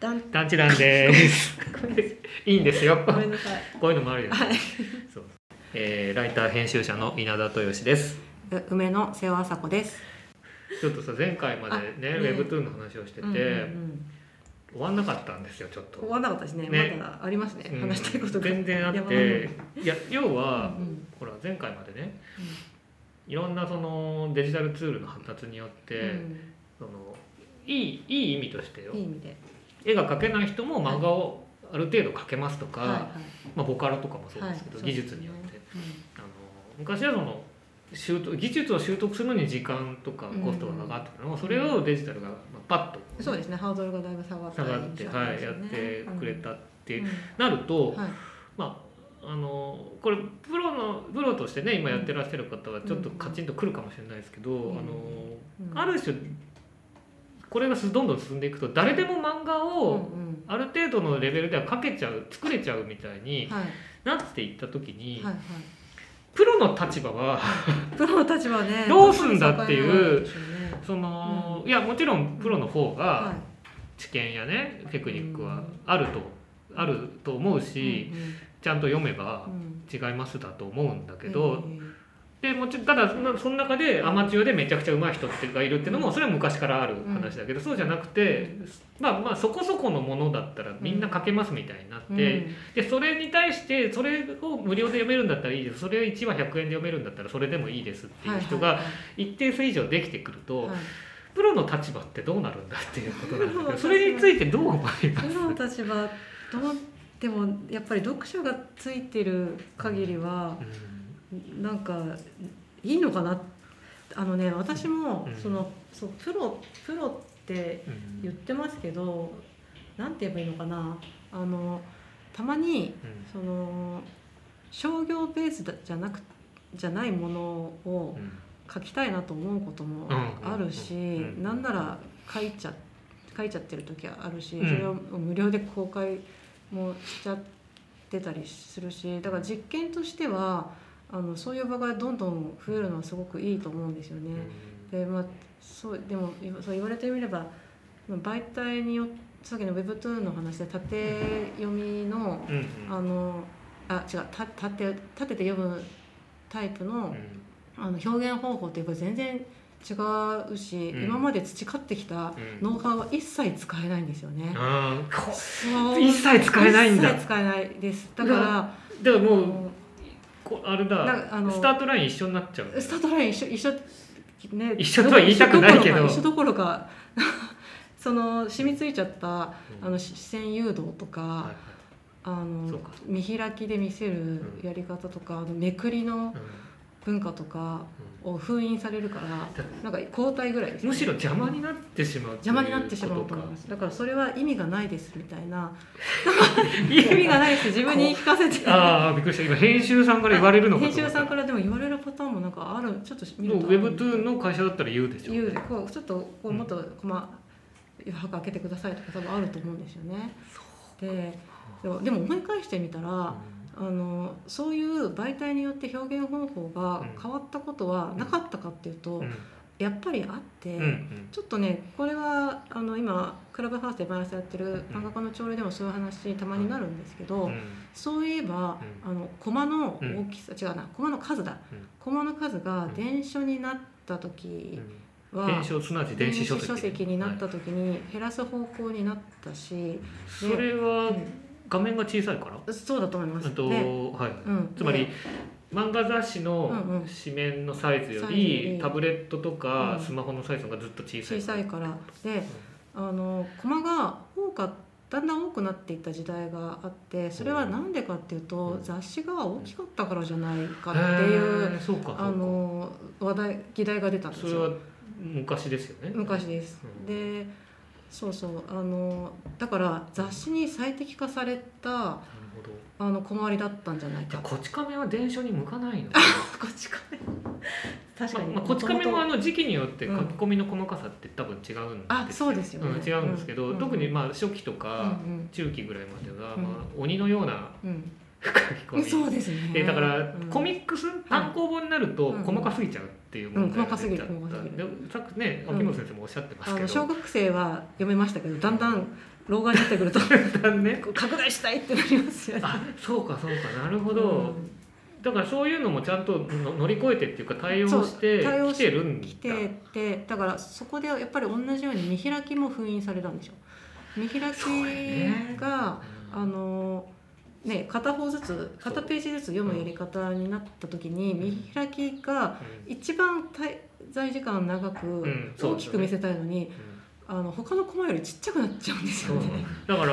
ラン団地団ですごめんな さいいいんですよごめんなさい こういうのもあるよね、はいそうえーライター編集者の稲田豊志ですう梅の瀬尾麻子ですちょっとさ前回までねあウねェブトゥーンの話をしてうて、んうんうん終わんなかったんですよちょっと終わんなかったですねねまだありますね、うん話したいことが全然あやっばいていや要は、うんうんほら前回までねいろんなそのデジタルツールの発達によって、うんそのいいいい意味としてよいい意味で絵が描けない人も漫画をある程度描けますとか、はいはいまあ、ボカロとかもそうですけど、はい技術によっそうてで。あの昔はその習得技術を習得するのに時間とかコストがかかってたのを、それをデジタルがまあパッとすねそうですねハードルがだいぶ下がった下がって、印象はでい、すやよっねてくれたってうんなると、はいまああのこれプロのプロとしてね今やってらっしゃる方はちょっとカチンとくるかもしれないですけど、んあのうんある種これがどんどん進んでいくと誰でも漫画うんうをんある程度のレベルでは描けちゃう作れちゃうみたいにはいなっていった時に、はいはプロの立場は。いプロの立場はねどうすんだっていうどすんだっていうその、いやもちろんプロの方はが知見やねテクニックうはんあると、あると思ういし、うちゃんと読めばんうんうん違いますだと思うんだけど、ええでもちろんただそんなその中でアマチュアでめちゃくちゃ上手い人ってがいるっていうのもそれは昔からある話だけど、そうじゃなくて、まあまあそこそこのものだったらみんな書けますみたいになって、でそれに対してそれを無料で読めるんだったらいいですそれ1話100円で読めるんだったらそれでもいいですっていう人が一定数以上できてくると。はいはいはいはいプロの立場ってどうなるんだっていうことなんだけどそれについてどう思いますプロの立場どうでもやっぱり読者がついてる限りはなんかいいのかなあのね私もうんそのそうプロプロって言ってますけどなんて言えばいいのかなあのたまにその商業ベースだじゃなくじゃないものを書きたいなと思うこともあるし、うんなんなら書いちゃ書いちゃってる時はあるし、うんそれを無料で公開もしちゃってたりするしだから実験としてはあのそういう場がどんどん増えるのはすごくいいと思うんですよね。でまあ、そうでもいそう言われてみればまあ媒体によってさっきの Webtoon の話で縦読みのあのあ違うた縦立てて読むタイプの、あの表現方法ってやっぱり全然違うし、うん今まで培ってきたノウハウは一切使えないんですよね。そう一切使えないんだ一切使えないです。だから、でもあもうのこあれなだあのスタートライン一緒になっちゃうスタートライン一緒一緒ね一緒とは言いたくないけど一緒どころか 一緒どころかその染みついちゃったあの視線誘導とか、はいあそのうか見開きで見せるやり方とか、あのめくりのう文化とかんを封印されるからなんか交代ぐらいです、むしろ邪魔になってしまう邪魔になってしまうと思いますすだからそれは意味がないですみたい な意味がないって自分に言い聞かせてああびっくりした今編集さんから言われるのかと編思った集さんからでも言われるパターンもなんかあるちょっと見もるうとウェブトゥーンの会社だったら言うでしょうね言うこうちょっとこうもっとまあ余白開けてくださいとか多分あると思うんですよね。ででもでも思い返してみたら、あのそういう媒体によって表現方法が変わったことはなかったかっていうと、うんやっぱりあって。うんうんちょっとねこれはあの今クラブハウスで毎朝やってるうん漫画家の朝礼でもそういう話たまになるんですけど、うんそういえば、うあの駒の大きさ、違うな駒の数だ、うん駒の数がうん電書になった時うんは、電子すなわち電子書籍になった時に減らす方向になったし、それは画面が小さいからそうだと思います。あと、ではいうん、つまりで漫画雑誌うんのうん紙面のサイズよサイズよりりタブレットとかうんスマホのサイズがずっと小さい小さいからであの駒が多かっただんだん多くなっていった時代があってそれは何でかっていうとうん雑誌が大きかったからじゃないかっっていうそうかそうかあの話題議題が出たんでそすれはよ昔ですよね昔ですうん。でそうそうあのだから雑誌に最適化されたなるほどあの小回りだったんじゃないじゃかあ ここち亀は電書に向かないのち亀確かまあに、まあ、こち亀もあの時期によって書うんき込みの細かさって多分違うんですあそうですよねうん違うんですけど、うん特にまあ初期とかうん中期ぐらいまでは、うんまあ、鬼のような うん書うきん、そ込うみですねでだからうんコミックス単行本になるとうん細かすぎちゃうっていう問題が出ちゃった、うん細かすぎる細かすぎでさっきねうん秋元先生もおっしゃってまあすけのど、小学生は読めましたけどだんだん老眼になってくる とだんねこう拡大したいってなりますよね。あそうかそうかなるほうど、んだからそういうのもちゃんとの乗り越えてっていうか対応してそう対応きしてるんだ来ててだからそこでやっぱり同じように見開きも封印されたんでしょ見開きそうやねが、うんあのね片方ずつそう片ページずつ読むやり方になった時に見開きが一番滞在時間長くんそう大ですきよくね見せたいのに、うんあの他のコマよりちっちゃくなっちゃうんですそようね。だからあ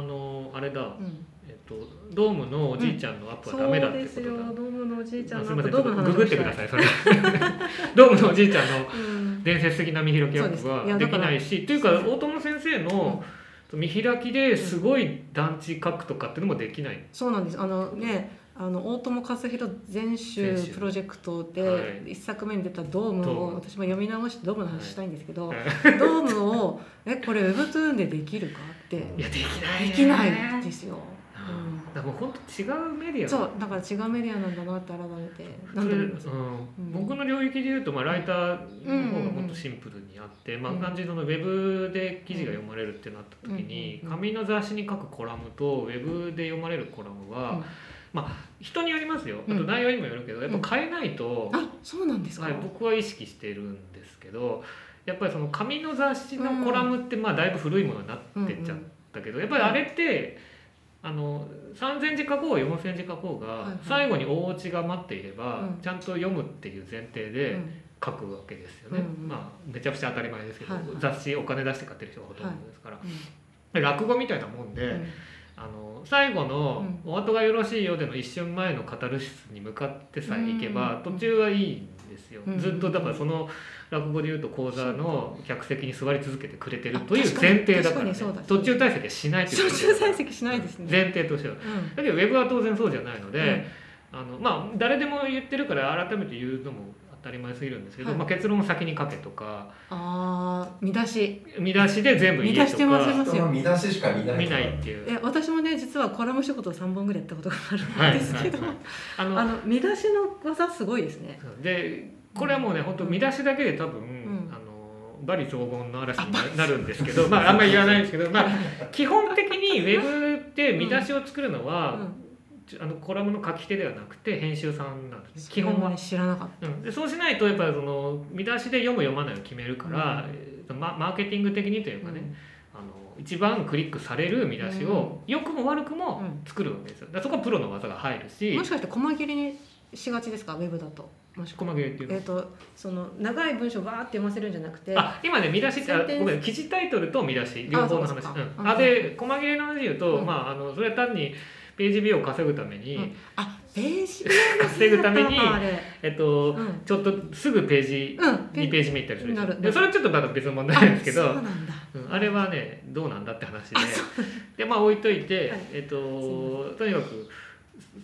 のあれだ、うんえっと、ドームのおじいちゃんのアップはダメだってことそだ、うですよドームのおじいちゃんあのすみませんちドょーっムとのグ話グをっしてたくださいそれ ドームのおじいちゃんのうん伝説的な見開きアップそうですいやはでだきからないしというか大友先生の見開きですごい団地書くとかっていうのもできない、そうなんですあのねあの大友克洋全集プロジェクトはで一作目に出た「ドーム」ドーをム私も読み直してドームの話したいんですけど、はいドームを「えこれ Webtoon でできるか?」っていやできないねできないですよ。うんだからもう本当違うメディうアん、そうだから違うメディアなんだなって改めてそ何れ度も言ういんます僕の領域でいうと、まあ、ライターの方がもっとシンプルにあって、んうんまあ、感じのウェブで記事が読まれるってなった時に、うんうんうん紙の雑誌に書くコラムとウェブで読まれるコラムは、うんまあ人によりますよあうとん内容にもよるけど、やっぱ変えないと、あそうなんですか、はい、僕は意識してるんですけどやっぱりその紙の雑誌のコラムってまあだいぶ古いものになってっちゃったけど、やっぱりあれってあの3,000字書こう4,000字書こうが、はいはい最後に大オチが待っていれば、うんちゃんと読むっていう前提うんで書くわけですよね、うんうんまあめちゃくちゃ当たり前ですけど、はいはい雑誌お金出して買ってる人がほとんどですから、うんで落語みたいなもんで、うんあの最後の「お後がよろしいよ」での一瞬前のカタルシスに向かってさえ行けばうん途中はいいんですよ、うんずっとだからその落語でいうと講座の客席に座り続けてくれてるという前提あだから,、確かに確かにそうだ途中退席はしないという途こと中在籍しないですね。前提としてはだけどウェブは当然そうじゃないのうんで、あのまあ誰でも言ってるから改めて言うのも当たり前すぎるんですけど、はいまあ、結論を先に書けとかああ見出し見出しで全部言え見出としてませんかますよ人の見出ししか見ない見ないっていう。え私もね実はコラム仕事を3本ぐらいやったことがあはいるんですけど、はいはいあのあの見出しの技すごいですね。でこれはもうね本当見出しだけで多分、んあのバリ荘厳の嵐にななるんですけどまああんまり言わないんですけど、まあ、基本的にウェブで見出しを作るのうは、ん、ちょあのコラムの書き手ではなくて編集さんなんですね基そ本れは、ね知らなかっうん、でそうしないとやっぱりその見出しで読む読まないを決めるから、えーとまマーケティング的にというた。かね、あの一番クリックされる見出しを良、くも悪くもうん作るわけですよだからそこはプロの技が入るしもしかして細切りにしがちですかウェブだと。もしくは細切れっていうのはえっ、とその長い文章をバーって読ませるんじゃなくて、あ今ね見出しってあ先手ごめん記事タイトルと見出し両方のそう話かあ,、そううかん、あで細切れの話で言うと、うんまああのそれは単にページビューを稼ぐために、うんあページ稼ぐためにあれ、えっとうん、ちょっとすぐページうん、 2ページ目行ったりするでしなょるでそれはちょっとまた別の問題なんですけどああそうなんだ。うん、あれはねどうなんだって話ででまあ置いといて、はいえっととにかく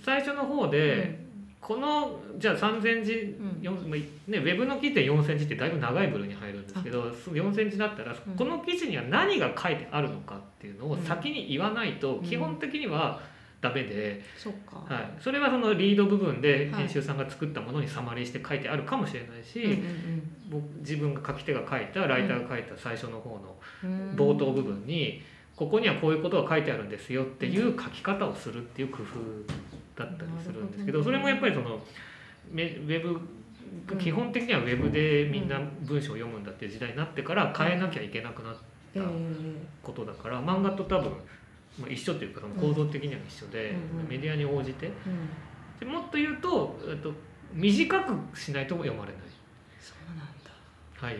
最初の方で、このじゃあ3,000字、うん四まあね、ウェブの記事で4,000字ってだいぶ長い部類に入るんですけど4,000字だったら、うんこの記事には何が書いてあるのかっていうのを先に言わないと、うん基本的にはダメで、そっか。はい、それはそのリード部分ではい編集さんが作ったものにサマリーして書いてあるかもしれないし、うんうん僕自分が書き手が書いたライターが書いた最初の方のうん冒頭部分に、ここにはこういうことが書いてあるんですよっていう書き方をするっていう工夫だったりするんですけなるほどどねそれもやっぱりそのめウェブ基本的にはウェブでみんな文章を読むんだっていう時代になってから変えなきゃいけなくなったええことだから漫画と多分、まあ、一緒というかその構造的には一緒で、うんうんメディアに応じてうん、でもっと言うと,、えっと短くしないと読まれない。そうなんだ。はい、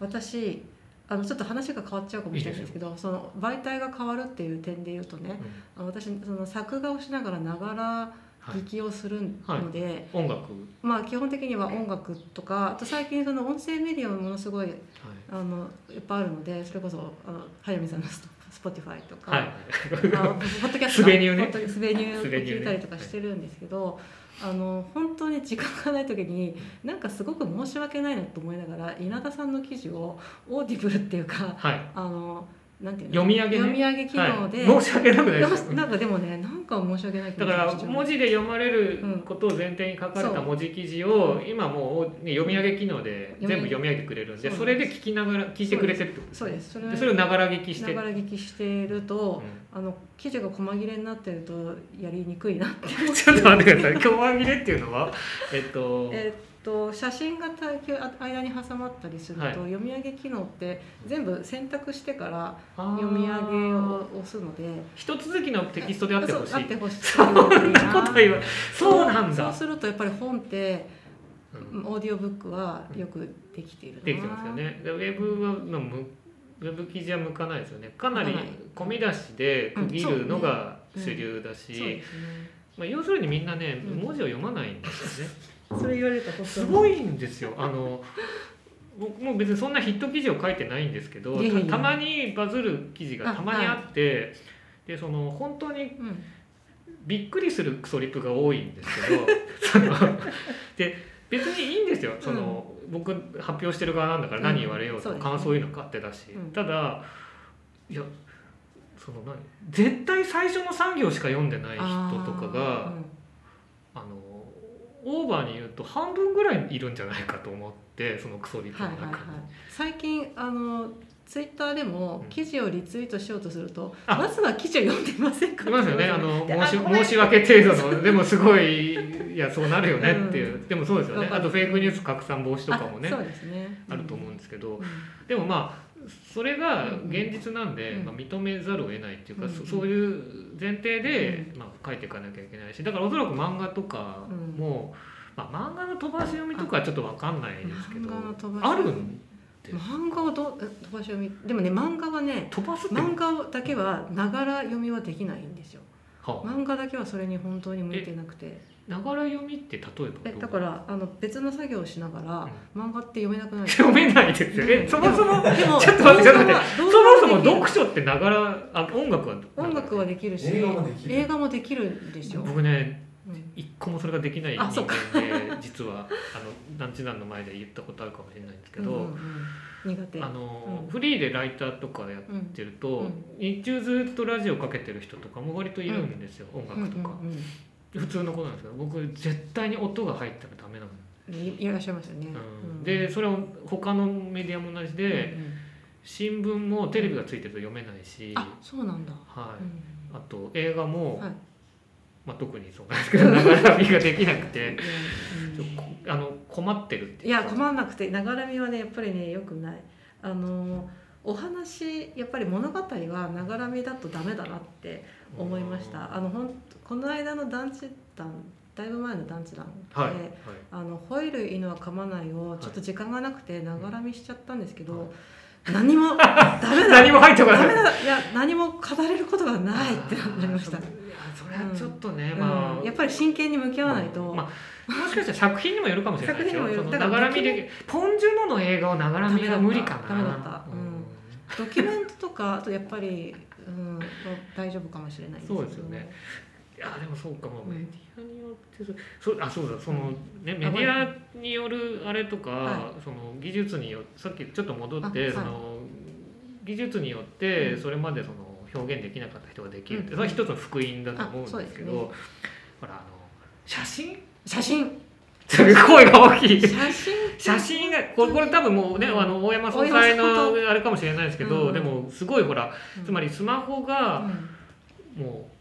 私あのちょっと話が変わっちゃうかもしれないんですけどその媒体が変わるっていう点で言うとうんねあの私その作画をしながらながらはい、聞きをするので、音楽、はいまあ基本的には音楽とかあと最近その音声メディアもものすごいあのいっぱいあるのでそれこそあの早見さんのスポティファイとか、はい、あのポッドキャストスベニューねポッドスベニューをスベニュー聞ねいたりとかしてるんですけど、あの本当に時間がない時になんかすごく申し訳ないなと思いながら稲田さんの記事をオーディブルっていうかはいあのなんていうの読み上げね読み上げ機能で、はい、申し訳なくないな ですんかでもねなんか申し訳ない気だ持ちからがしちゃう文字で読まれることを前提に書かれうんたそう文字記事を今もう、ね、読み上げ機能で全部読み上げてくれるんでそそうなんれでで聞きながら聞いてくれてるってことそうですそれでそれをながら聞きしなてがら聞きしてると、うあの記事が細切れになってるとやりにくいなってん ちょっと待ってください今日は切れっていうのはえっと、えーっと写真がた間に挟まったりすると、はい読み上げ機能って全部選択してからあー読み上げを押すので一続きのテキストであってほしいそうあってほしいそんなことは言わないそうなんそうだ、するとやっぱり本ってうんオーディオブックはよくできているなできてますよねでウェブはまあむウェブ記事は向かないですよねかなり向かない込み出しで区切るのがうんそう主流だし、そうですねまあ、要するにみんなねうん文字を読まないんですよね、 それ言われるとすごいんですよあの僕も別にそんなヒット記事を書いてないんですけどいやいやいやたたまにバズる記事がたまにあってでその本当うにんびっくりするクソリップが多いんですけどそ ので別にいいんですよその、僕発表してる側なんだからうん何言われようと、そうですね感想言うの勝手だし、うんただいやその何絶対最初の3行しか読んでない人とかがああのオーバーに言うと半分ぐらいいるんじゃないかと思ってそのクソーうリんップはいはのい中はいに、最近あのツイッターでもうん記事をリツイートしようとすると、あまずは記事を読んでいませんかいますよねあので申あごめんし申し訳程度のでもすごいいやそうなるよねっていう、でもそうですよねわかあるとフェイクニュース拡散防止とかもねあそうですねあると思うんですけど、うんでもまあそれが現実なんで、うんまあ、認めざるを得ないっていうか、うんそそういう前提で、まあ、書いていかなきゃいけないしだからおそらく漫画とかも、まあ、漫画の飛ばし読みとかはちょっと分かんないですけ漫ど画の飛ばしあるんです漫画をどうえ飛ばし読みでもね漫画はね飛ばすって、漫画だけはながら読みはできないんですよはあ漫画だけはそれに本当に向いてなくてながら読みって例えばどうえだからあの別の作業をしながら漫画って読めなく なる読めないですよねそもそもでもでもちょっと待ってちょっと待ってそ動も画は動そも画は読書ってながらあ音楽は音楽はできるし映画もできる映画もできるんですよ、僕ねうん一個もそれができない人あそう間かで実はあの団地団の前で言ったことあるかもしれないんですけど、うんうんうん苦手あのうんフリーでライターとかやっうんてると、うん日中ずっとラジオかけてる人とかも割といるんですよ、音楽とか、うんうん普通のことなんですけど僕絶対に音が入ったらダメなの、うんいいらっしゃいますよね、うんうんでそれは他のメディアも同じで、うんうん新聞もテレビがついてると読めないし、あそうなんだ、はうい、んあと映画も、はいまあ、特にそうなんですけどながら見ができなくてうんちょこあの困ってるっていいうかや困んなくてながらみはねやっぱりねよくないあのお話やっぱり物語はながらみだとダメだなって思いましうんたあのほんこの間の団地団だいぶ前の団地団で、はい、はいあの吠える犬は噛まないをちょっと時間がなくてながらみしちゃったんですけど、はい何 もダメだ何も入ってこダないメだいや何も語れることがないってなりましたあー、そいやそれはちょっとね、まあ、うん、やっぱり真剣に向き合わないと、まあ、もしかしたら作品にもよるかもしれないですよ作品にもよるそのながら見でポン・ジュノの映画をながら見は無理かなダメだったダメだったうんんドキュメントとかあとやっぱり、うん、大丈夫かもしれないそうですよねいやでもそうかも、うんメディアによってそそうあそうだその、うねメディアによるあれとか、はその技術によさっきちょっと戻って、あはいその技術によってうんそれまでその表現できなかった人ができるっうて、んそれは一つの福音だと思うんあですけそうど、ほらあの写真写真声が大 きい写真写真がこれこれ多分もうね、うんあの大山総裁大山のあれかもしれないですけど、うんでもすごいほらつまり、りスマホうがんもう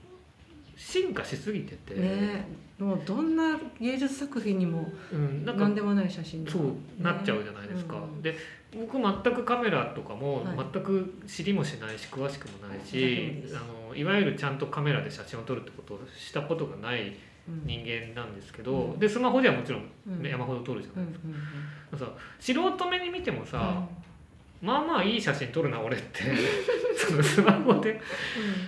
進化しすぎてて、ねえもうどんな芸術作品にもうん、なんか何でもない写真がそうなっちゃうじゃないですか、うんで僕全くカメラとかもはい全く知りもしないし詳しくもない全しくです、あのいわゆるちゃんとカメラで写真を撮るってことをしたことがないうん人間なんですけど、うんでスマホではもちろんうん山ほど撮るじゃうなんいですか、さ素人目に見てもさ、うんまあまあいい写真撮るな俺って そのスマホで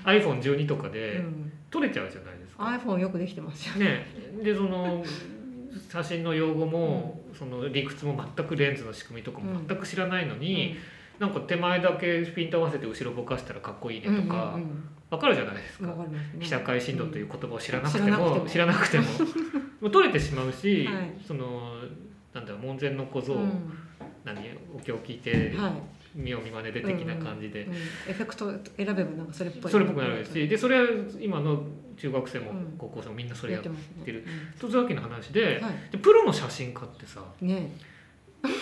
iPhone12 とかうんうでん撮れちゃうじゃないですか。 iPhone よくできてますよねでその写真の用語も、その理屈も全くレンズの仕組みとかも全く知らないのに、なんか手前だけピント合わせて後ろぼかしたらかっこいいねとか、うんうんわかるじゃないですうんかわ。かりますね被写界深度という言葉を知らなくてうんも知知らなくても もう取れてしまうし、はいそのなんだろう門前の小僧、うん何お経を聞いてはい見よう見まねで的な感じで、うんエフェクト選べばなんかそれっぽいそれっぽくなるしでそれは今の中学生もうん高校生もみんなそうんれややっっててますてるね、一つだけの話でうんはでプロの写真家ってさいね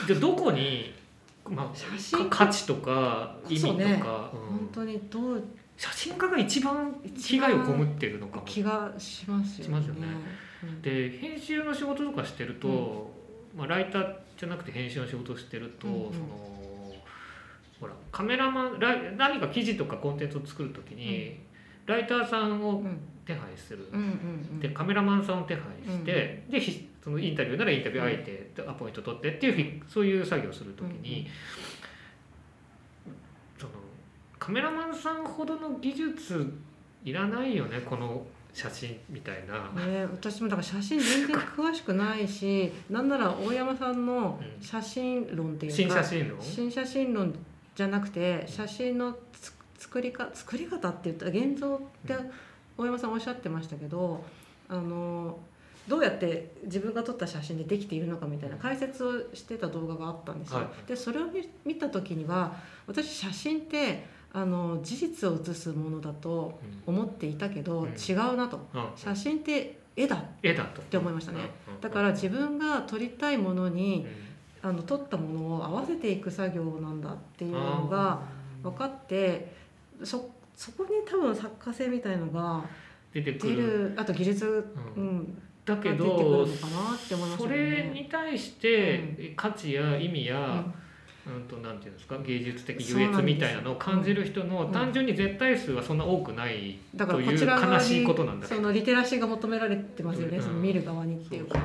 じゃあどこに、ま写あ、か真価値とか意味とこそか、ねうん本当にどう写真家が一番被害を被ってるのかも気がしますよねしますよねうんで編集の仕事とかしてると、まあ、ライターじゃなくて編集の仕事をしてると、うんうんそのほらカメラマンライ何か記事とかコンテンツを作る時に、ライターさんをうん手配する、うんうんうんでカメラマンさんを手配して、でひそのインタビューならインタビュー相手、でアポイント取ってっていうひそういう作業をする時に、そのカメラマンさんほどの技術いらないよねこの写真みたいな。ね、私もだから写真全然詳しくないしなんなら大山さんのうん写真論っていうか新写真論新写真論じゃなくて写真のつ作りか作り方って言ったら現像って大山さんおっしゃってましたけどあのどうやって自分が撮った写真でできているのかみたいな解説をしてた動画があったんですよ。はいでそれを見見た時には私写真ってあの事実を写すものだとうん思っていたけど、うん違うなとうん写真って絵だ絵だとって思いましたねだから自分が撮りたいものにあの撮ったものを合わせていく作業なんだっていうのが分かってそそこに多分作家性みたいのが出てく出る、るあと技術、ううんん、だが出けてくるのかなどって思いましたそよれね。に対して価値や意味うや、んうんとなんていうんですか芸術的そう優なんです越みたいなのを感じる人のうん単純に絶対数はそんな多くないだからとこいちうら側悲しいこにとなんだけそどのリテラシーが求められてますよね、うんその見る側にっていうか。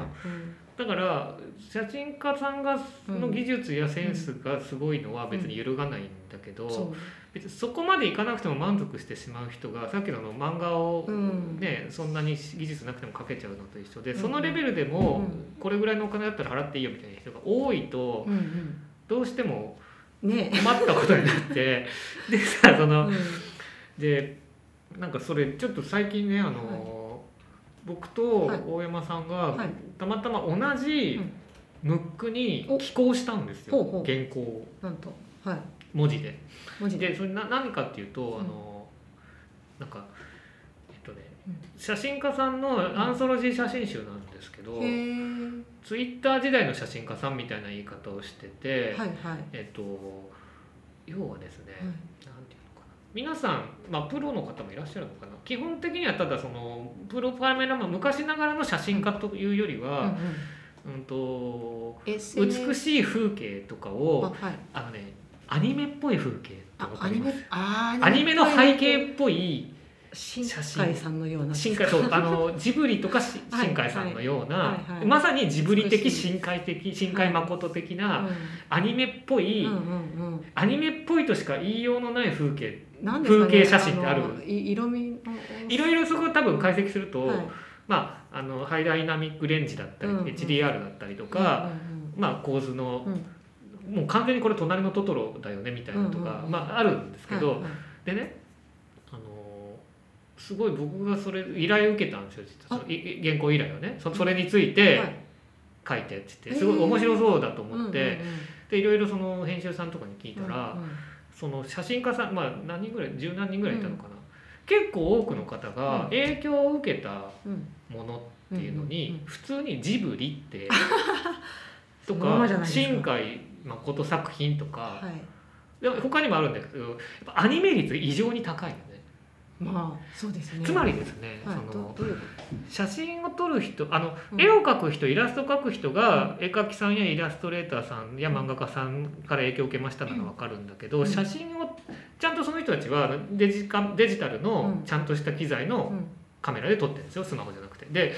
だから写真家さんがうんの技術やセンスがすごいのは別に揺るがないんだけうど、んそう別にそこまでいかなくても満足してしまう人がさっきのあの漫画を、うんねそんなに技術なくても描けちゃうのと一緒で、うんそのレベルでもうんこれぐらいのお金だったら払っていいよみたいな人が多いとうんどうしてもうん、ね困ったことになって でさそえ、うのんでなんかそれちょっと最近ねあの、僕とはい大山さんが、はいたまたま同じムックにお寄稿したんですよ、ほうほう原稿をなんと、はい、文字で。文字で。でそれな何かっていうと、んあのなんかえっとね、うん写真家さんのアンソロジー写真集なんですけど、へーツイッター時代の写真家さんみたいな言い方をしてて、はいはい。えっと要はですね、なんていうのかな皆さん、まあ、プロの方もいらっしゃるのかな基本的にはただそのプロカメラマン昔ながらの写真家というよりはいは、うんとうんうん、美しいしい風景とかあ、はをい、あのねアニメっぽい風景ってあわアかりニますメあアニメの背景っぽい新海さんのような深海そうあのジブリとかしはい深海さんのような、はいはいまさにジブリ美的しい深海的深海誠的なうアニメっぽい、んうんうんアニメっぽいとしか言いようのない風景うん、なんですかね風景写真ってあるのい色味のいろいろそこ多分解析すると、はいまああのハイダイナミックレンジだったり、うんうん HDR だったりとか、まあ構図の、もう完全にこれ隣のトトロだよねみたいなのとか、うんうんうんまああるんですけど、うんうんはいはいでねあのーすごい僕がそれ依頼を受けたんですよ実はそのいい原稿依頼をねそそれについてはい書いてって言へーってすごい面白そうだと思って、うんうんうんでいろいろその編集さんとかに聞いたら、うんうんその写真家さんまあ何人ぐらい十何人ぐらいいたのかな、結構多くの方うんが影響を受けたうんものっていうのうんうんにうん普通にジブリって そとのままかじゃないですか新海誠作品とかはいで他にもあるんだけどやっぱアニメ率異常に高いよね。まあそうですねつまりですね、はい、そのどどういうこ写真を撮る人あの、うん絵を描く人イラスト描く人が絵描きさんやイラストレーターさんや漫画家さんから影響を受けましたなのは分かるんだけど、うん写真をちゃんとその人たちはデジカデジタルうのんちゃんとした機材とうのんカメラで撮ってるんですよスマホじゃなくて。で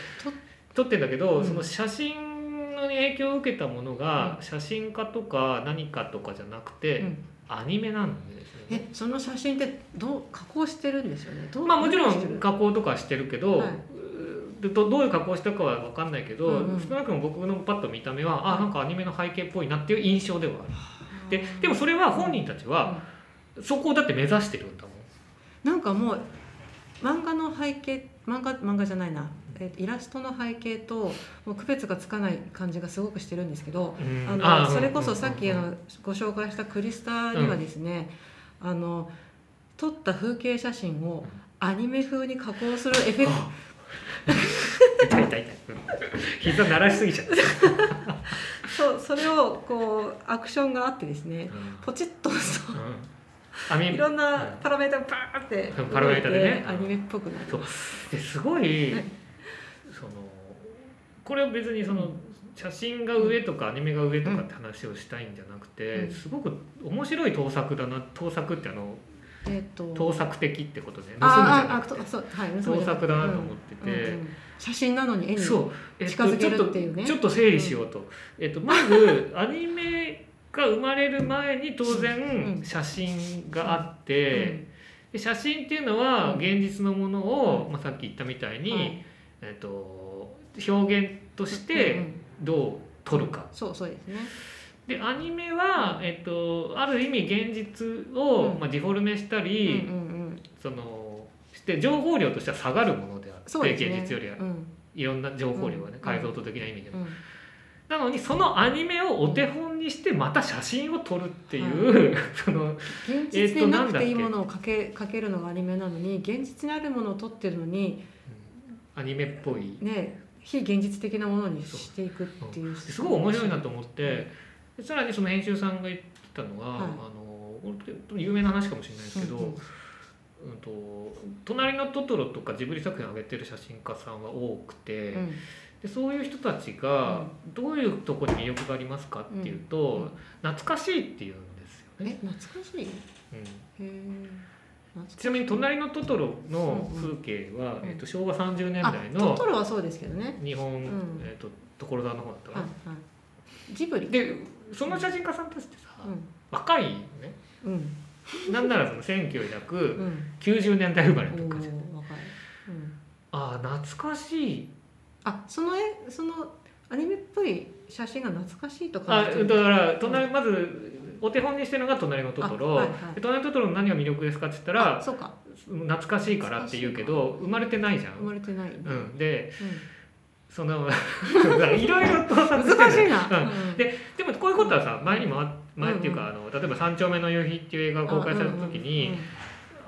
と撮ってんだけど、うんその写真の影響を受けたものが写真家とか何かとかじゃなくて、うんアニメなんですよね。えその写真ってどう加工してるんですよねどうまあもちろどうしてんる加工とかしてるけど、はいうーどどういう加工したかは分かんないけど、うんうん少なくとも僕のパッと見た目はあなんかアニメの背景っぽいなっていう印象ではある。ででもそれは本人たちは、そこをだって目指してるんだもん。なんかもう漫画の背景漫画漫画じゃないな、えっとイラストの背景ともう区別がつかない感じがすごくしてるんですけど、うんあのあーそれこそさっきあうんのご紹介したクリスタにはですね、あの撮った風景写真をアニメ風に加工するエフェクトあ痛い痛い痛いうん膝鳴らしす ぎちゃった、そうそれをこうアクションがあってですねポチッとそううん網いろんなパラメータがバーって動いてパラメータでねアニメっぽくなるそうですごいはいそのこれは別にその写真が上とかアニメが上とかって話をしたいんじゃなくて、うんすごく面白い盗作だな盗作ってあのえっと盗作的ってことで盗むじゃあなーあくーてあとそうはい盗むじ盗ゃなく作てだなと思ってて。うんうんうん写真なのに絵にそう、えっと近づけるっていうねちょっとちょっと整理しようと、えっと、まずアニメが生まれる前に当う然ん写真があっうて、んで写真っていうのはうん現実のものを、うまあ、さっき言ったみたいに、はいえっと、表現としうんうてんどう撮るか。そうそうですねでアニメは、えっと、ある意味現実を、うんまあ、ディフォルメしたうんうり、んそのして情報量としては下がるものであって、そうですね現実よりはうんいろんな情報量がね、うん解像度的な意味でもう。んなのにそのアニメをお手本にしてまた写真を撮るっていう、 その現実になくていいものをかけかけるのがアニメなのに現実にあるものを撮ってるのにアニメっぽいね非現実的なものにしていくっていうすごい面白いなと思ってでさらにその編集さんが言ってたのは、はいあの本当に有名な話かもしれないですけど、うんううんんと「隣のトトロ」とかジブリ作品を上げてる写真家さんは多くて、うんでそういう人たちがどういうところに魅力がありますかっていうと、うんうん懐かしいっていうんですよね。え懐かしいへうえんちなみに「隣のトトロ」のうんう風景は、うんえっと昭和30年あ代トのトロはそうですけどね日本、んえっと所沢の方だったかはいな、はいジブリでその写真家さんたちってさ、う若いよねんうんなんならそのう1990ん年代生まれおとーか若じゃんいうんああ懐かしいあその絵そのアニメっぽい写真が懐かしいとあ感だじかてるら隣まずお手本にしてるのが「隣のトトロ」あはいはいで隣のトトロ」の何が魅力ですかって言ったあらそうか懐かしいからって言うけど生まれてないじゃん。生まれてないねううんん、でその いろいろ盗作してる難しいなうんうんででもこういうことはさ前にもあ前っていうか、あの例えば「三丁目の夕日」っていう映画が公開された時に、うんうんうん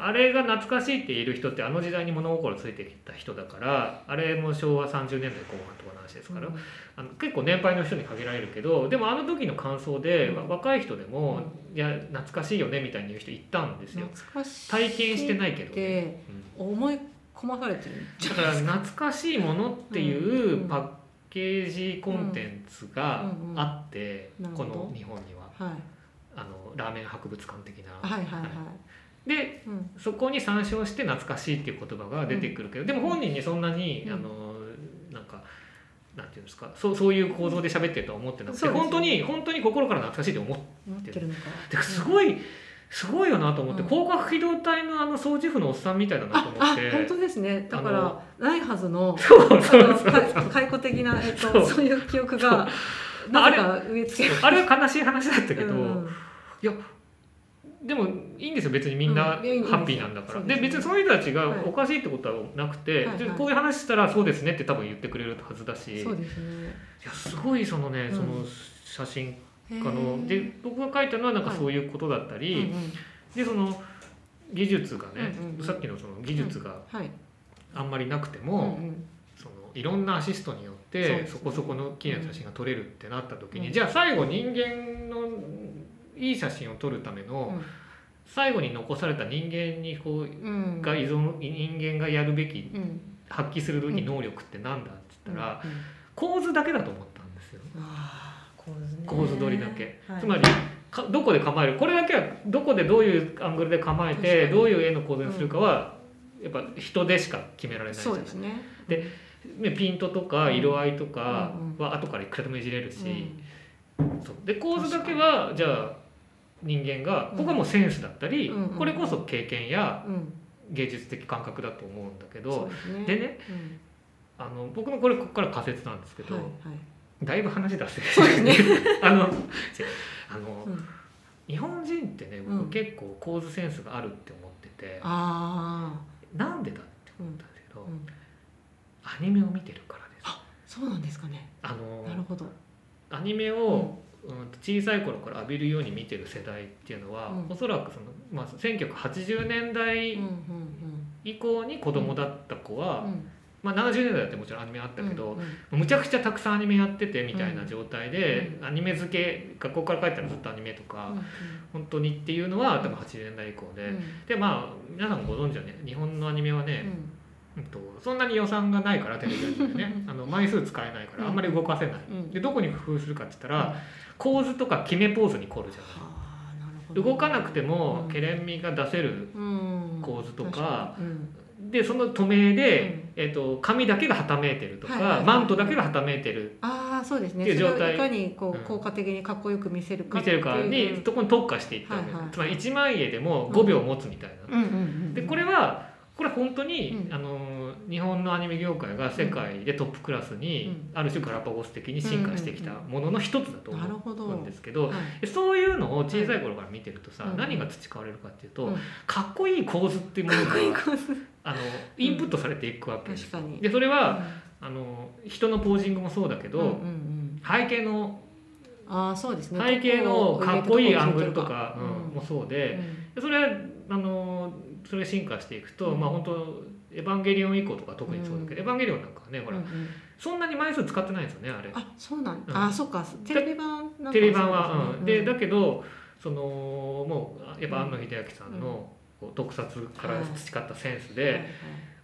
あれが懐かしいって言える人ってあの時代に物心ついてきた人だからあれも昭和30年代後半とかの話ですから、うんあの結構年配の人に限られるけどでもあの時の感想で、うんわ若い人でも「いや懐かしいよね」みたいに言う人いたんですよ懐かしい体験してないけど、ねでうん思い込まされてるだから懐かしいものってういんううんパッケージコンテンツがうんうんあって、なるこほどの日本にははいあのラーメン博物館的な。はいはいはいでうんそこに参照して懐かしいっていう言葉が出てくるけど、でも本人にそんなに、うんあのなんか。なんていうんですかそうそういう構造で喋ってるとは思ってなくて、そうです本当に本当に心から懐かしいって思っ持ってるのかてすごいすごいよなと思って、うん広角機動隊のあの掃除婦のおっさんみたいだなとあ思っあて本当ですねだかあらないはずのそうそうあそうのか解雇的な、えっそうと、そういう記憶がうなぜか植え付けられあれは悲しい話だったけてうど、んでもいいんですよ別にみんなハうんいやいいんですよッピーなんだから、そうでですね別にその人たちがはいおかしいってことはなくて、はいではいこういう話したらそうですねって多分言ってくれるはずだし、そういですねやすごいそのねうんその写真へ家ーの、で僕が書いたのはなんかはいそういうことだったうんり、うんでその技術がね、うんうんうんさっきのその技術がはいあんまりなくてうんうも、んそのいろんなアシストによそっうてですそねこそこの綺麗な写真が撮れるってなった時に、うんじゃあ最後人間のいい写真を撮るための、うん最後に残された人間にこううんが依存人間がやるべきうん発揮するべき能力ってなんだって言ったら、うんうん構図だけだと思ったんですよあー構図ね構図取りだけ、はいつまりかどこで構えるこれだけはどこでどういうアングルで構え確てかにどういう絵の構図にするかは、やっぱ人でしか決められないじゃそなういですねねピントとか色合いとかうんうんは後からいくらでもいじれるし、うんそうで構図だけはじゃあ人間がうんここはもうセンスだったり、うんうんこれこそ経験やうん芸術的感覚だと思うんだけそどうですねでねうんあの僕のこれここから仮説なんですけど、はいはいだいぶ話出せそうですね あの違うあの、うん日本人ってねう僕ん結構構図センスがあるって思ってて、ああなんでだって思ったんですけど、うんアニメを見てるからですそうなんですかねあのなるほど、アニメを、うん小さい頃から浴びるように見てる世代っていうのは、うんおそらくその、まあ、1980年うんう代ん以降に子供だった子は、うんうんまあ、70年代だってもちろんアニメあったけうんど、うんむちゃくちゃたくさんアニメやっててみたいな状態で、うアニメ漬け学校から帰ったらずっとアニメとか、本当にっていうのは多分80年代以降で、うんでまあ皆さんご存知のね日本のアニメはね、うんとそんなに予算がないからテレビアニメねあの枚数使えないからあんまり動かせない、うんうんでどこに工夫するかって言ったうんら、構図とか決めポーズに凝るじゃないはあなるほど動かなくてもうんけれんみが出せるうん構図とかうんでその止めで、うんえっと髪だけがはためいてるとか、はいはいはいマントだけがはためいてるああそうですねっていうそれ状態をいかにこうんう効果的にかっこよく見せるか見てるからっていにうそこに特化していったわけです、はいはいつまり1枚絵でも5秒持つみたいな。うんうんうんでこれはこれ本当に、うんあのー日本のアニメ業界が世界でトップクラスに、うんある種ガラパゴス的に進化してきたものの一つだとなる思ほどうんですけど。はいそういうのを小さい頃から見てるとさ、はい何が培われるかっていうと、うんかっこいい構図っていうものがかっこいい構図あのインプットされていくわけですよ、確かにでそれはあの人のポージングもそうだけど、うんうんうん背景のああそうですね背景のかっこいいアングルとか、ううんんもそうで、でそれはあのそれが進化していくと、うんまあ本当エヴァンゲリオン以降とか特にそうだけど、エヴァンゲリオンなんかはねほら、うんうんそんなに枚数使ってないんですよねあれあそうなんうんあそっかテレビ版なんかはテレビ版は。そううんですでねだけどそのもうやっぱ庵野秀明さんの、こう特撮から培ったセンスで、はいはい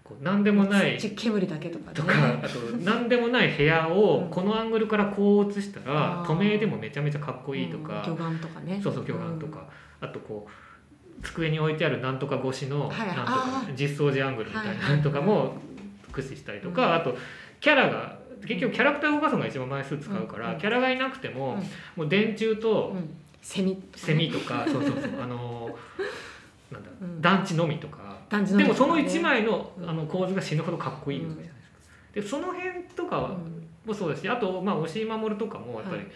こう何でもないちっちゃ煙だけとかねとか あと何でもない部屋をうんこのアングルからこう映したらあー透明でもめちゃめちゃかっこいいとか、うん魚眼とかねそうそう魚眼とか、あとこう机に置いてあるなんとか越しのなんとはいか、あ実装時アングルみたいはいなはいなんとかも駆使したりとか、うんあとキャラが結局キャラクターを動かすのが一番枚数使うから、うんキャラがいなくても、うんもう電柱うとんセミとかねセミとか、そうそうそうあのーなんだ、うん団地のみとか男児でみもとそかのね1枚のあの構図が死ぬほどかっこいいわけじゃないですか。でその辺とかはうんもそうだしあと、まあ、押井守とかもやっぱり、はい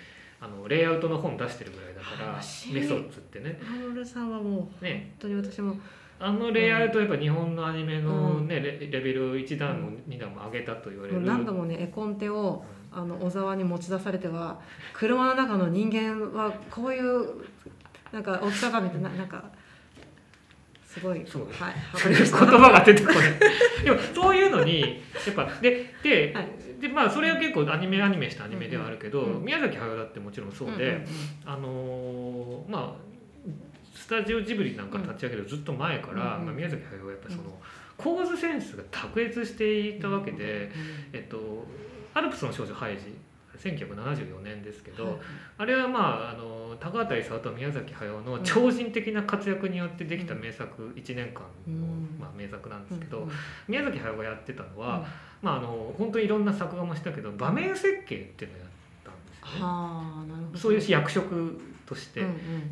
あのレイアウトの本出してるぐらいだから、はい押井メソッツってねマルさんはもうね本当に私もあのレイアウトはやっぱ日本のアニメの、ねレレベル1段も2段も上げたと言われる、何度もね絵コンテをあの小沢に持ち出されては車の中の人間はこういうなんか大きさがみたいななんかすごいそうはいねは 言葉が出てこないでもそういうのにやっぱでで,、はいでまあそれは結構アニメアニメしたアニメではあるけど、うんうん宮崎駿だってもちろんそうで、あのーまあスタジオジブリなんか立ち上げるずっと前から、うんまあ、宮崎駿はやっぱりその構図センスが卓越していたわけで、えっと「アルプスの少女ハイジ」1974年ですけど、あれはまああの高畑勲と宮崎駿の超人的な活躍によってできた名作、1年間の、うんまあ、名作なんですけど、宮崎駿がやってたのは、まあ、あの本当にいろんな作画もしたけど場面設計っていうのをやったんですよね。はあなるほどそういう役職として、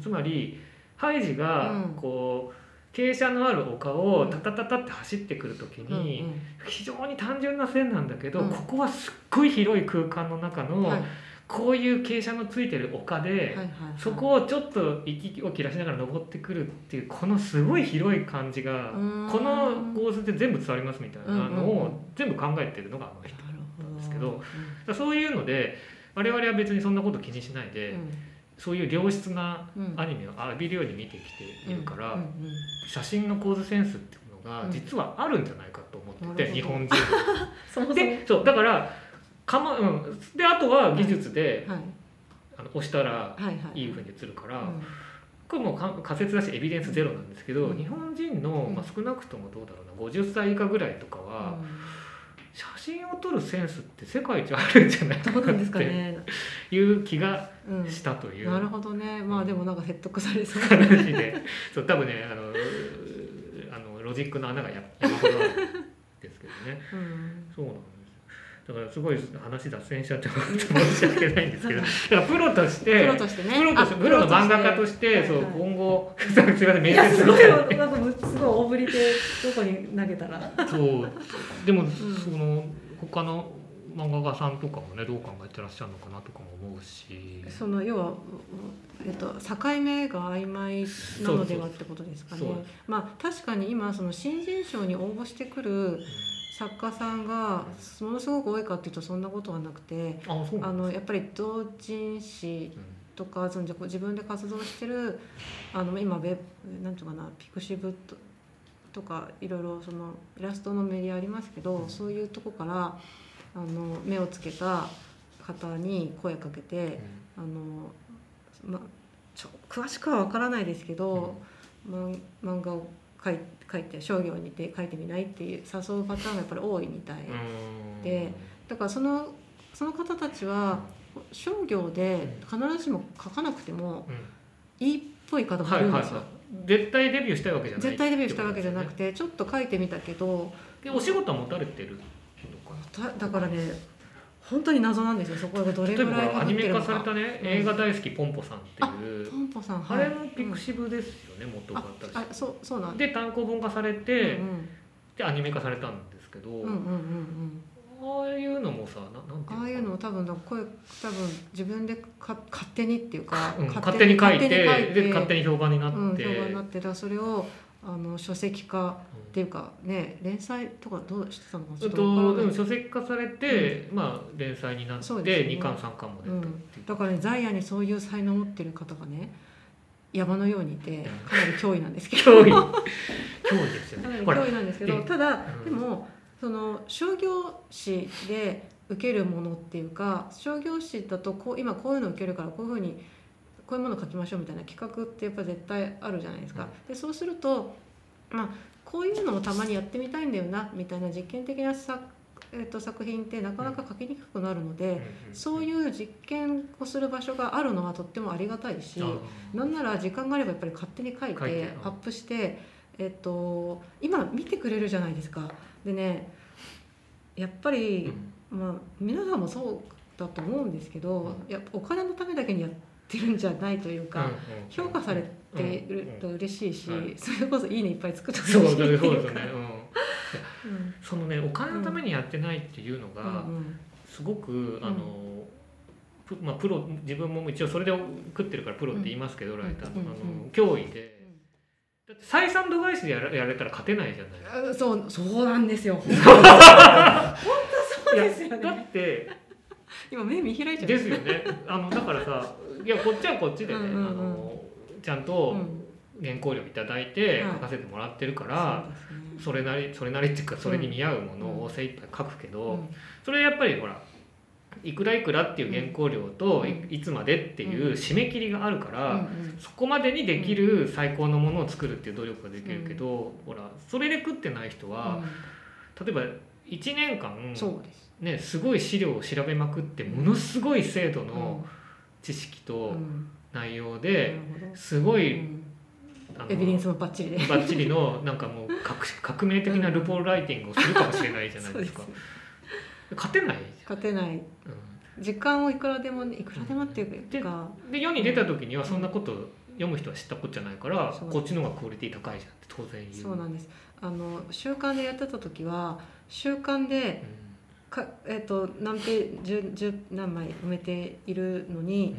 つまりハイジがうんこう傾斜のある丘をタタタタって走ってくる時に、非常に単純な線なんだけど、うんここはすっごい広い空間の中の、はいこういう傾斜のついてる丘で、そこをちょっと息を切らしながら登ってくるっていうこのすごい広い感じが、この構図で全部伝わりますみたいなのうんうんうをん全部考えてるのがあの人。だからそういうので我々は別にそんなこと気にしないで、そういう良質なアニメを浴びるように見てきているから、写真の構図センスっていうのがうん実はあるんじゃないかと思ってて、な日るほど本人でそうだからかま、うん、であとは技術で、あの押したらいいふうに映るから、これもうか仮説だしエビデンスゼロなんですけど、うん日本人の、うんまあ、少なくともどうだろうな50歳以下ぐらいとかは、写真を撮るセンスって世界一あるんじゃないかどうななんでっすかてね。いう気がうん、したという。なるほどね。まあでもなんか説得され そう。話でそう多分ねあのうあのロジックの穴 がや山ほどあるんですけどねうん、そうなんですよだからすごい話脱線しちゃって申し訳ないんですけどだからプロとしてプロとしてね。プロとしてあプロの漫画家として。して、はいそうはい今後すいませんい面や接すすごるいなんかむすごい大振りでどこに投げたら。そうでも、んその他の漫画家さんとかもねどう考えてらっしゃるのかなとかも思うしその要は、えっと、境目が曖昧なのではってことですかねそうそうそう。まあ確かに今その新人賞に応募してくる作家さんがものすごく多いかっていうとそんなことはなくてあそうなあんだのやっぱり同人誌とかそのじゃこう自分で活動してるあの今ベなんていうかなピクシブととかいろいろそのイラストのメディアありますけど、うんそういうとこからあの目をつけた方に声かけてあの、ま、ちょ詳しくは分からないですけど、ま、漫画を書い書いて商業にて書いてみないっていう誘うパターンがやっぱり多いみたい、うんうんでだからそのその方たちは商業で必ずしも書かなくてもうんいいっぽい方もいはいるはんいはですよ。い絶対デビューしたいわけじゃない絶対デビューしたわけじゃなくててちょっと書いてみたけどでお仕事は持たれてるのかなだだからね本当に謎なんですよそこがどれ例えぐらいばかアかっニてメるの化されか。たね映画大好きポンポさんっていうポンポさんあはいれもピクシブですよね元がああ私そうそうなんでで単行本化されす。てうんでアニメ化されたんですけどうんうんうんうんああいうのもさななんてうん。ああいいううののを多分だ声多分自分でか勝手にっていうか、うん勝手に書い勝手に書ていてで勝手に評判になうんっ評て判になってだからそれをあの書籍化っていうかね連載とかどうしてたのかちうょっんととわかでらなもい。書籍化されてまあ連載になっそうですてね二巻三巻も出たっていうだからねザイアンにそういう才能を持ってる方がね山のようにいてかなり脅威なんですけど。脅威脅威です よかなねりほら脅威なんですけうどんただうんでもその商業誌で受けるものっていうか商業誌だとこう今こういうの受けるからこういうふうにこういうもの書きましょうみたいな企画ってやっぱ絶対あるじゃないですか。でそうするとまあこういうのもたまにやってみたいんだよなみたいな実験的な作,、えっと作品ってなかなか書きにくくなるので。そうういう実験をする場所があるのはとってもありがたいし、なんなら時間があればやっぱり勝手に書いて書いてうんアップして、えっと、今見てくれるじゃないですか。でねやっぱり、まあ、皆さんもそうだと思うんですけど、ういやお金のためだけにやってるんじゃないというか、評価されてると嬉しいし、うんうんそれこそ「いいね」いっぱい作ってほしそういだっそてういですうよかね、うん、うんそのねお金のためにやってないっていうのうがんすごく、あのプまあ、プロ自分も一応それで食ってるからプロって言いますけど、ライターの,、うんあの脅威でだって採算度外視でやらやれたら勝てないじゃないうんあそうそうなんですよ本当 そうですよいやだねって今目見開いちゃうですよねあのだからさいやこっちはこっちでね、うんうんうんあのちゃんとうん原稿料いただいてはい書かせてもらってるか、からそれなりそれなりっていうかそれに見合うものを精一杯書くけど、うんそれやっぱりほらいくらいくらっていう原稿料とい,、うんつまでっていう締め切りがあるから、うんそこまでにできる最高のものを作るっていう努力ができるけど、ほらそれで食ってない人は、例えば1年う間ん、そうです、ね、すごい資料を調べまくってものすごい精度の知識うんと内容なでるほどすごうい、んあのエビデンスもバッチリでバッチリのなんかもう革革命的なルポールライティングをするかもしれないじゃないですかそう勝てないじ勝てないゃん、うん時間をいくらでもねいくらでもっていうか、で世に出た時にはそんなこと読む人は知ったことじゃないから、そうこっちの方がクオリティ高いじゃんって当然言う。そうなんですあの習慣でやってた時は習慣でか、えっと何ページ 10, 10何枚埋めているのうんにうん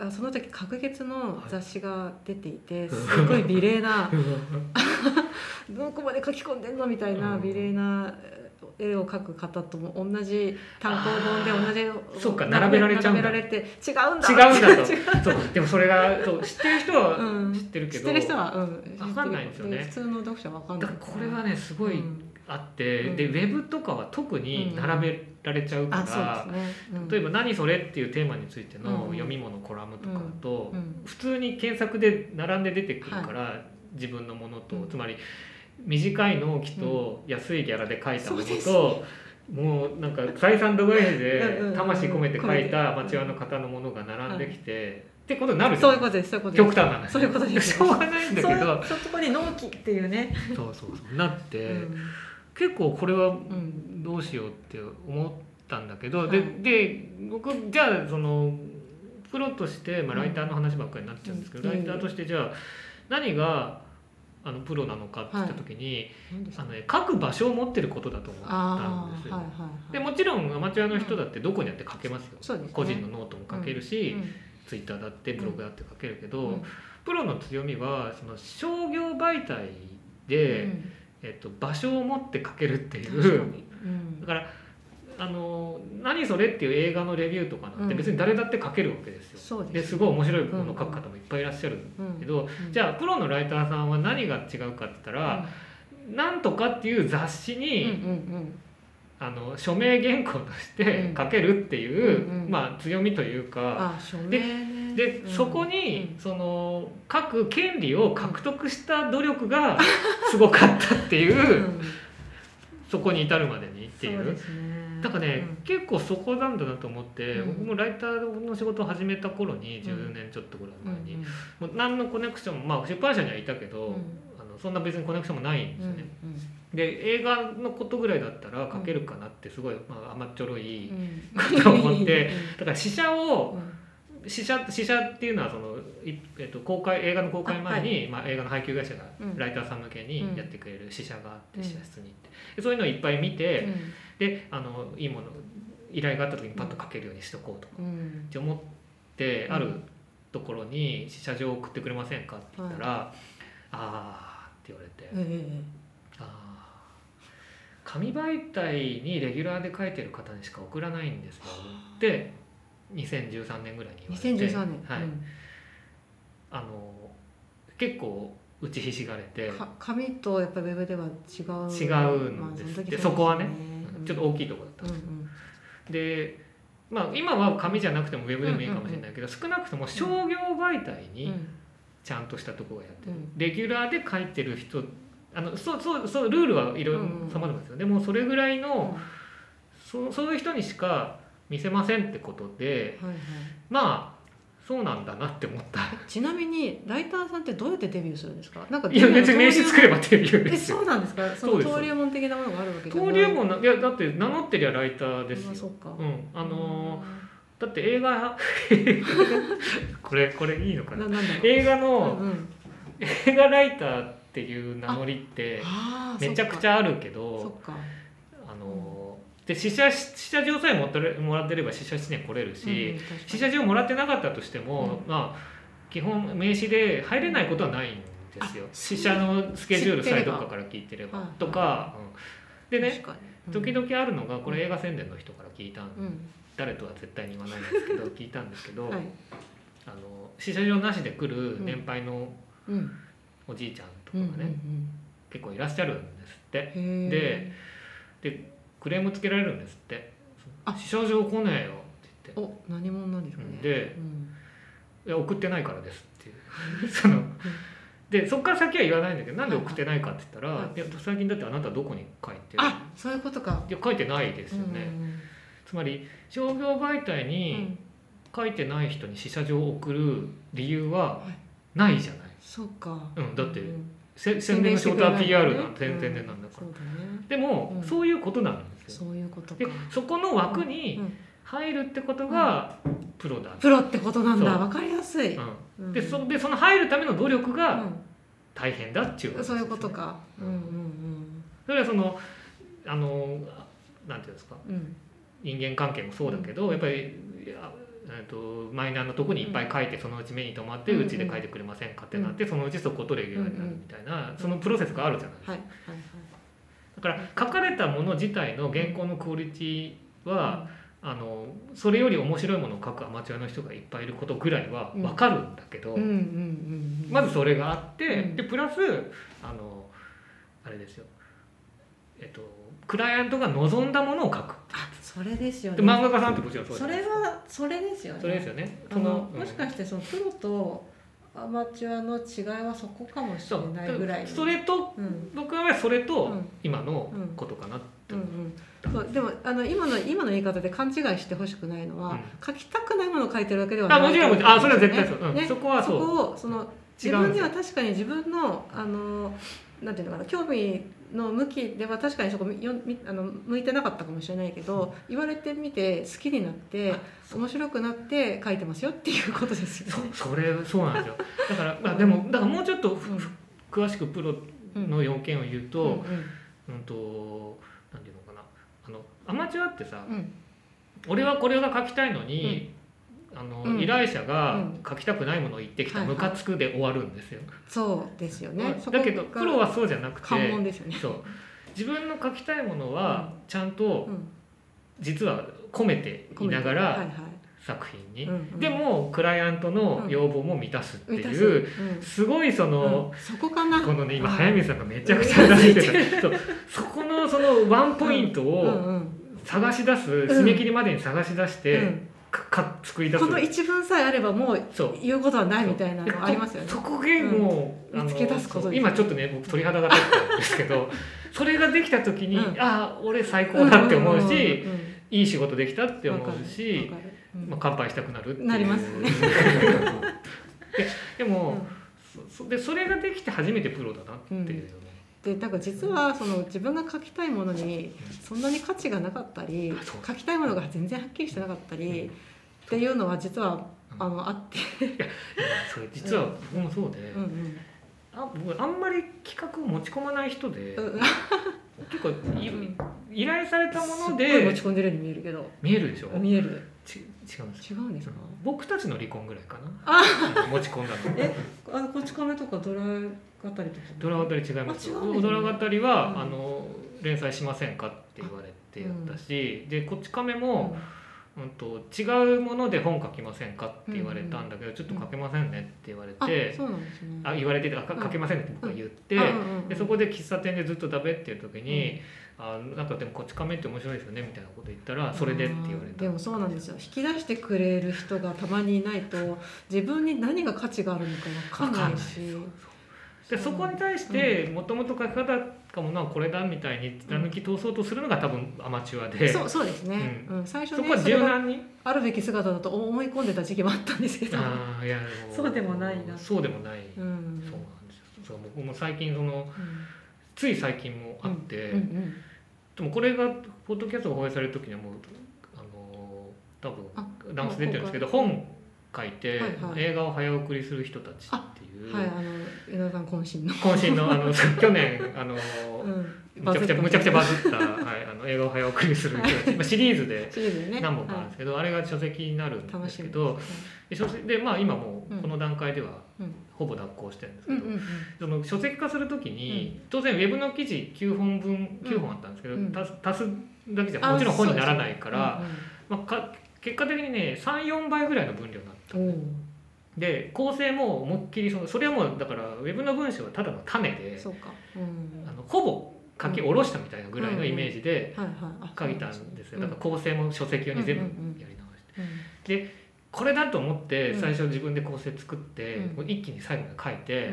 あその時隔月の雑誌が出ていてい すごい美麗なうんどこまで書き込んでんのみたいなうん美麗な絵を描く方とも同じ単行本で同じーそうかな並べられちゃうんだ並べられて違うんだ違うんだと違うそうでもそれがそう知ってる人は うん知ってる知けっど、てる人はうんわかんないんですよね知ってる普通の読者はわかんだなかいらこれはねすごいうんあって、うんでウェブとかは特に並べられちゃうかあら、そうですね、うん、例えば「何それ?」っていうテーマについてうんの読み物コラムとかだと、うん普通に検索で並んで出てくるから、自分のものと、うんつまり短い納期と安いギャラで書いたものそうですと、もうなんか採算度外視でうんうんうん魂込めて書いたアマチュアの方のものが並んできて、ってことになるじゃそんういうことですそういうことです極端な話そういうことですしょうがないんだけそういどうそういうとこに納期っていうね、そうそうそうなって、うん結構これはんどうしようって思ったんだけど、はいでで僕じゃあそのプロとして、まあ、うんライターの話ばっかりになっちゃうんですけど、うんライターとしてじゃあ何があのプロなのかって言った時に、なんですあかのね、書く場所を持ってることだと思ったんあですーよ。はいはいではいもちろんアマチュアの人だってどこにだって書けますよ、そうですね個人のノートも書けるし、うんツイッターだってブログだって書けるけど、うんプロの強みはその商業媒体で、うんえっと、場所を持って書けるってい確かうに、うんだからあの「何それ?」っていう映画のレビューとかなんて別に誰だって書けるわけですよ。そうですねですごい面白いものを書く方もいっぱいいらっしゃるんだうんけど、じゃあプロのライターさんは何が違うかって言ったら「なんとか」っていう雑誌うんに、うんうんあの署名原稿としてうん書けるっていう、うんうんまあ、強みというか、あ署名ねでうんそこうにんその書く権利を獲得した努力がすごかったっていう、うんそこに至るまでにっていそうでう。すねなんかね、うん結構そこなんだなと思って、うん僕もライターの仕事を始めた頃に10年ちょっとぐらい前に、もう何のコネクションも、まあ、出版社にはいたけど、うんあのそんな別にコネクションもないんうでんすうよんね。で映画のことぐらいだったら書けるかなってすごい、まあ、甘っちょろい、うん と思ってだから試写をうん試写試写っていうのはその、いえっと、公開映画の公開前にまあ、映画の配給会社がうんライターさん向けにうんやってくれる試写があって、うん試写室に行ってでそういうのをいっぱい見て、うんであのいいもの依頼があった時にパッと書けるようにしとこうとかうんって思って、うんあるところに試写場を送ってくれませんかって言ったら「あー」って言われて。ええあー紙媒体にレギュラーで書いてる方にしか送らないんですよって2013年ぐらいに言われて2013年はいうんあの結構打ちひしがれて、か紙とやっぱりウェブでは違う違うんですまあのって時そこはねうんちょっと大きいところだったんうんです、うんでまあ今は紙じゃなくてもウェブでもいいかもしれないけど、少なくとも商業媒体うにんちゃんとしたところがやってる、うんレギュラーで書いてる人あのそうそうそうルールはいろいろうん様々ですよ、でもそれぐらいの、うんはそうそういう人にしか見せませんってことでいはいまあそうなんだなって思ったちなみにライターさんってどうやってデビューするんですかなんかいや別に名刺作るればデビューでえすよそうなんですかそそのうです登竜門的なものがあるわけじゃない登竜門ないやだって名乗ってりゃライターですまあそよっかうんあのーだって映画 これこれいいのかなななんだろう映画うんのうん映画ライターっていう名乗りってあーめちゃくちゃゃあるけそどっかあのーで試写室試写場さえ持ってれもらってれば試写室には来れるし、うんうん確かに試写場もらってなかったとしても、まあ基本名刺で入れないことはないんですよあ試写のスケジュールさ知ってれえばどっかから聞いてればはいとか、うんでね確かに時々あるのがこれ映画宣伝の人から聞いたん、うん誰とは絶対に言わないんですけど聞いたんですけ ど、はいあの試写場なしで来る年配のうんおじいちゃんとうんかがね、結構いらっしゃるんですってうんうんへーでクレームつけられるんですってあ試写場来ねえよってお何者なんですか言っねてでうんいや送ってないからですっていう そのでそこから先は言わないんだけどなんで送ってないかって言ったはら「いいはいや最近だってあなたどこに書いてる?」あそういうことかいや書いてないですよね、うんうんうんつまり商業媒体に書いてない人に試写場を送る理由ははいないじゃない、そうか。うんだってうんせ宣伝の仕事は宣伝してくれない PR ねなんてう宣伝なんだかそら、うだね。でも、うんそういうことなんですよそういうことかで。そこの枠うにん入るってことがプロだ、プロってことなんだ。そうわかりやすい。ううんん、でそでその入るための努力うがん大変だっていう話ですそうねいうことか。ううんんうんそれはそのあのなんていうんですかうんうん。人間関係もそうだけど、うんやっぱりいやえっとマイナーのとこにいっぱい書いて、そのうち目に留まってうんうんうち、で書いてくれませんかってなって、そのうちそことレギュラーになるみたいな、んそのプロセスがあるじゃないですか、はいはいだから書かれたもの自体の原稿のクオリティは、はあのそれより面白いものを書くアマチュアの人がいっぱいいることぐらいは分かるんだけい。ど、うんうんうんうん。まずそれがあって、うんでプラスあのあれですよえっとクライアントが望んだものを書くあそれですよでね。漫画家さんってもちろんそうじそゃないれですかはそれですよね。それですよねあそののうんもしかしてそのプロとアマチュアの違いはそこかもしそれうないぐらい。それとうん僕はそれうとん今のことかなっうてん思ううん、そうでもあの今の今の言い方で勘違いしてほしくないのは、うん書きたくないものを書いてるわけではないあもちろんもちろんあそれは絶対そう、うんねそこはそそうこをその自違うん分でですよは確かに自分のあのなんていうのかな興味の向きでは確かにそこよみあの向いてなかったかもしれないけど、言われてみて好きになってそう面白くなって書いてますよっていうことですよそね。それそうなんですよだから、まあ、でもだからもうちょっとふふ詳しくプロの要件を言うと、ううんん、となんていうのかなあのアマチュアってさうんうん俺はこれが書きたいのに、あの、うん依頼者うがん書きたくないものを言ってきた、はいはいムカつくで終わるんですよ、そうですよね。そこだがけどプロはそうじゃなくて関門ですよね。そう自分の書きたいものはうちゃんとうん実は込めていながはいはらい作品に、うんうんでもクライアントの要望も満たすって満たいすう、うんすごいその、そこかな。このね今うん早見さんがめちゃくちゃ出してたそうそこのそのワンポイントうんをうん探し出す、締め切りまでに探し出しうて、ん、かか作り出すこの一文さえあればもうそう言うことはないみたいなのありますよね。そこ言語を、うんあの見つけ出すことです今ちょっとね僕鳥肌が立ったんです けどそれができた時に、うんああ俺最高だって思うし、んうんうんいい仕事できたって思うわしか、るわかるうんまあ、乾杯したくなるっていうなりますねででも、そそでそれができて初めてプロだなっていうよね、でなんか実はその自分が書きたいものにそんなに価値がなかったりあそう書きたいものが全然はっきりしてなかったうんりっていうのは実はうんあのあって、それ実は僕もそうで、うんうんあ僕あんまり企画を持ち込まない人で、うんうん結構いうん、依頼されたものすっごいで持ち込んでるように見えるけど見えるでしょ見えるち違うんです違うんですか僕たちの離婚ぐらいかなうん持ち込んだのえあのこち亀とかドラ語りとかドラ語り違いますあ違ようんですねドラ語りは、うんあの連載しませんかって言われてやったし、でこっち亀も、うん、と違うもので本書きませんかって言われたんだけど、ちょっと書けませんねって言われあて、そうなんですねあ言われてあかうん書けませんねって僕が言って、うんうんうんでそこで喫茶店でずっと食べっていう時に、あなんかでもこっち亀って面白いですよねみたいなこと言ったら、それでって言われあーたでもそうなんですよ引き出してくれる人がたまにいない と自分に何が価値があるのか分かんないしわかんないでそこに対してもともと書き方かものはこれだみたいに貫き通そうとするのが多分アマチュアで、そうそうですね、うん最初そこねはそれ柔が軟にあるべき姿だと思い込んでた時期もあったんですけど、あーいやも そうでもないなそうでもない、うそんうなんですよそう僕も最近そのつい最近もあって、うんうんでもこれがポッドキャストが放映される時にはもうあのーあ多分ダンス出てるんですけどもう公開本書いて、はいはい映画を早送りする人たちっていう、はいあの稲田さん渾身の、渾身のあ の去年あのーうん、むちゃくちゃむちゃくちゃババズった、はい、あの映画を早送りする人 たちまあシリーズでズシリーズね何本かあはるんですけど、あれが書籍になるんい、楽ですしけみどですねで書籍でまあ今もうこの段階ではうんほぼ脱行してるんですうけんど、うんうんその書籍化するときに、当然ウェブの記事9本分うん9本あったんですけど、うん足す足すだけじゃあもちろん本にならないから、うんうんまあ、か結果的にね34倍ぐらいの分量になったおうで構成も思いっきりそのそれはもうだからウェブの文章はただの種でそうか、うんあのほぼ書き下ろしたみたいなぐらいのイメージではいはいあ書いたんですようだから構成も書籍用に全部やり直して。うんうんこれだと思ってうん最初自分で構成作って、うんもう一気に最後まで書いて、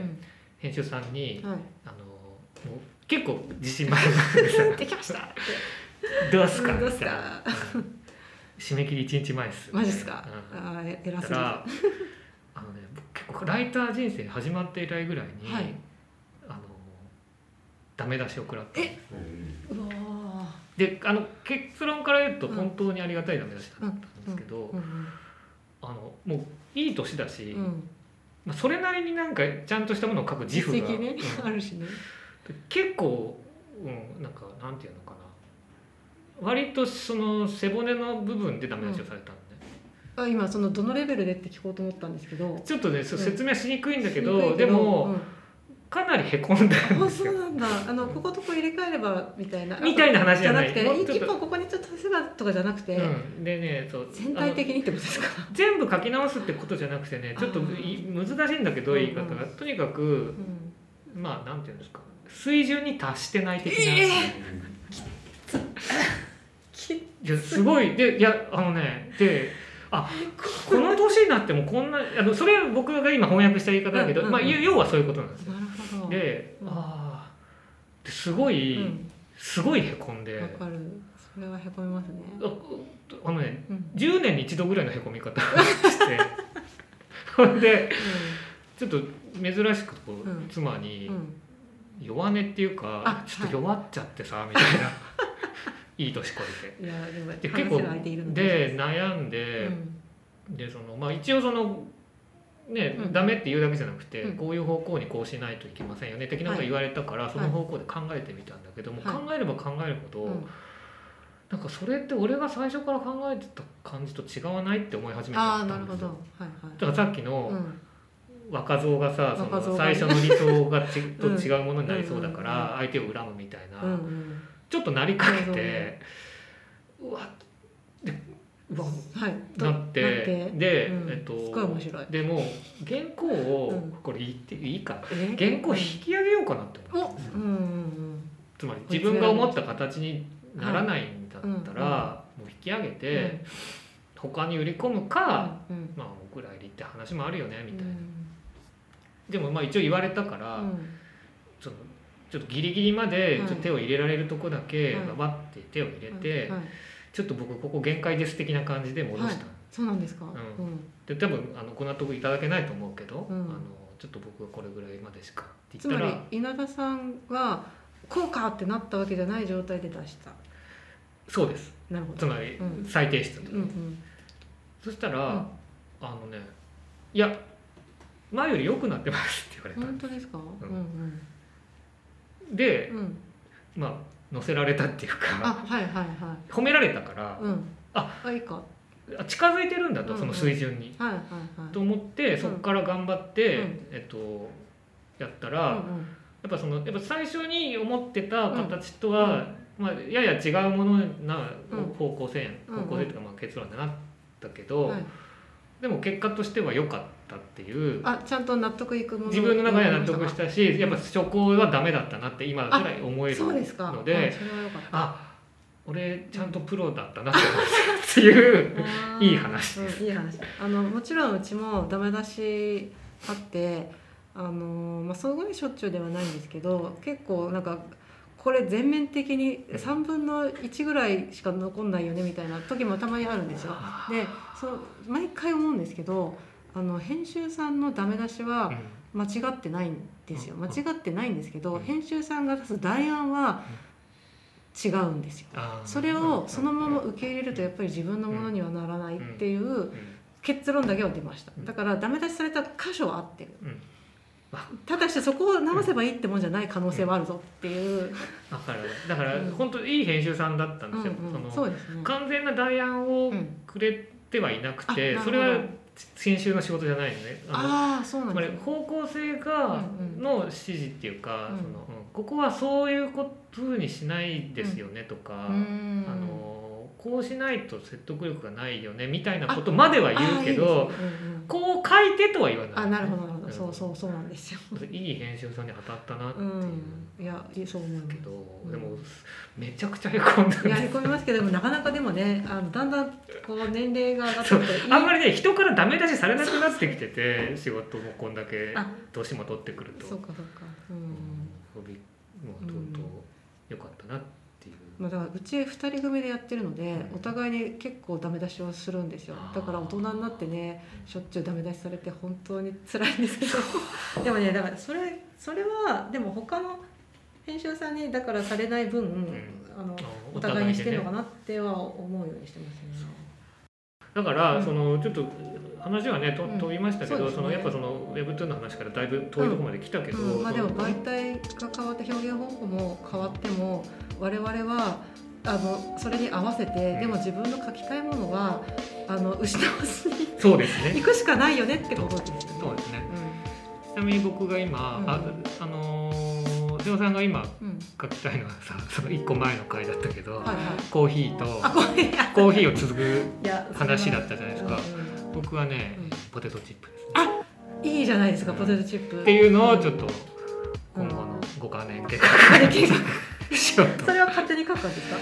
編集さんにうんはいあのもう結構自信満々でさ できましたってどうすか?」うんどうっすみたいなかうん締め切り1日前っす」マジっすかみたいなうんあーえ偉だかそうはらあのね僕結構ライター人生始まって以来ぐらいに、いあのダメ出しを食らったんです うわであの結論から言うとうん本当にありがたいダメ出しだったんですけど、ーうんあのもういい年だし、うんまあ、それなりになんかちゃんとしたものを書く自実負が、績ねうんあるしね結構、うん、なんかなんていうのかな割とその背骨の部分でダメ出しをされたんで、あ今そのどのレベルでって聞こうと思ったんですけどちょっとね、そううん説明しにくいんだけしにくどいでも、うんかなりへこんだん あですそうよ。なんだあのこことこ入れ替えればみたいなみたいな話じじゃゃなないくてもうちょっ一と本ここにちょっと足せばとかじゃなくて、うん、でねそう全体的にってことですかあの全部書き直すってことじゃなくてねちょっとい難しいんだけどうんう言んい方が、とにかくうんまあなんていうんですか水準に達してない的な。きいやすごいでいやあのねであこの年になってもこんなあのそれは僕が今翻訳した言い方だけど、うんうんうんまあ、要要はそういうことなんですよ。なるほどで、うんああですごうい、んすごいへこんでわあかるそれはへこみますねあのねうん10年に一度ぐらいのへこみ方を してほんでちょっと珍しくこう、うん妻うにんうん弱音っていうか、あちょっと弱っちゃってさ、みたい ないい年こいて。いやでも話でせ結る構相手いるので悩んで、うんでそのまあ一応そのね、うんダメって言うだけじゃなくて、うんこういう方向にこうしないといけませんよね的なこと言われたから、いその方向で考えてみたんだけども、はい考えれば考えるほど、うんなんかそれって俺が最初から考えてた感じと違わないって思い始めちあゃあっなたるんでほすどよはいはいだからさっきのうん若造がさ、若造そのがね最初の理想がちとうん違うものになりそうだかうんうんら相手を恨むみたいな、うんうんちょっとなりかけそうそうてうわでうわはいなってで、うんえっとすごい面白いでも原稿うんをこれ言っていいかえ原稿引き上げようかなってお思ったんですようんうんつまり自分が思った形にならないんだったら、もう引き上げうんて、他に売り込むか、うんうんまあお蔵入りって話もあるよねみたいな、うんでもまあ一応言われたから、うんそのちょっとギリギリまではいちょっと手を入れられるとこだけはいババって手を入れて、はいはいちょっと僕ここ限界です的な感じで戻した、そうなんですかんうんで多分あのご納得いただけないと思うけど、うんあのちょっと僕はこれぐらいまでしかってつ言っまたらり稲田さんはこうかってなったわけじゃない状態で出したそうですなるほつどまりうん再提出の時うんうんそしたら、うんあのね「いや前より良くなってます」って言われた、本当ですかうんうんでうんまあ乗せられたっていうあかはいはいは褒められたからいうんああいいかあ近づいてるんだと、うんその水準に、はいはいはいと思ってそこから頑張って、うんえっとやったうら、やんっぱそのやっぱ最初に思ってた形とは、まあ、やや違うものなうん方向性、うんうん方向性っていうかまあ結論になったけうど、んはいでも結果としては良かったっていうあちゃんと納得いくもの自分の中では納得しうんたしやっぱ初行はダメだったなって今ぐらい思えるそうですかのはいでそれは良かったあ俺ちゃんとプロだったなって思ったっていうあー いい話うんいい話あのもちろんうちもダメ出しあってあの、まあ、そういうことにしょっちゅうではないんですけど結構なんかこれ全面的に3分の1ぐらいしか残んないよねみたいな時もたまにあるんですよ。でそう毎回思うんですけどあの編集さんのダメ出しはうん間違ってないんですようん間違ってないんですけど、うん編集さんが出す代案は違うんですよ。あーそれをそのままうん受け入れるとやっぱり自分のものにはならないっていううん結論だけは出ましたうんだからダメ出しされた箇所は合ってるうんただしそこを直せばいいってもんじゃない可能性はあるぞっていう、だからだからうん本当にいい編集さんだったんうんですよ、うん、そそのうですね完全な代案をうんくれてはいなくて、あなるほどそれは編集の仕事じゃないのねあのああそうなんつまでりすね方向性がうんうんの指示っていうか、うんそのうんここはそういうことふうにしないですよねとか、うーんあのこうしないと説得力がないよねみたいなことまでは言うけあーいどいですねうんうんこう書いてとは言わないあなるほどなるほどうんそうそうそうなんですよいい編集さんに当たったなってういう、んいやいいそう思うけけどどでもめちゃくちゃへこんだんいやでへこみますけ どでもなかなかでもねあのだんだんこう年齢が上がってそくうるといいあんまりね人からダメ出しされなくなってきてて仕事もこんだけあ年も取ってくるとそうかそうかうんうんびもうとうとう良かったなっていう、まあ、だからうち2人組でやってるので、うんお互いに結構ダメ出しをするんですよあーだから大人になってねしょっちゅうダメ出しされて本当に辛いんですけど でもねだからそれそれはでも他の編集さんにだからされない分、あのお互いにしてるのかなっては思うようにしてますね。だから、うんそのちょっと話はねとうん飛びましたけど、そうそですねのやっぱその Web2 の話からだいぶ遠いところまで来たけど、うんまあ、そでのも媒体が変わって表現方法も変わっても我々はあのそれに合わせて、うんでも自分の書きたいものはあの失わずにそうですね行くしかないよねってことですよね。そうですねちなみに僕が今、あうんあのー瀬尾さんが今うんうん書きたいのはさ その1個前の回だったけど、はいはい。コーヒーとあ、これ、コーヒーを続くいや、話だったじゃないですかうん僕はね、うんポテトチップですねいいじゃないですか、うんポテトチップ。っていうのをちょっと。と今後のご関連計あれ計画しようと画それは勝手に書くんですか。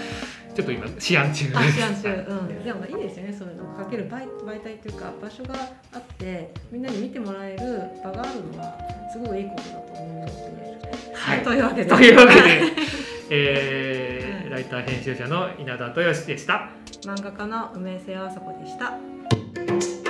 ちょっと今試案中ですあ、試案中、うん、でもいいですよね、そういうの、書ける媒媒体というか、場所があって。みんなに見てもらえる場があるのは、すごくいいことだと思うので。はいというわけで。という わけで、えはーいライター編集者の稲田豊志でした。漫画家の梅瀬あさこでした。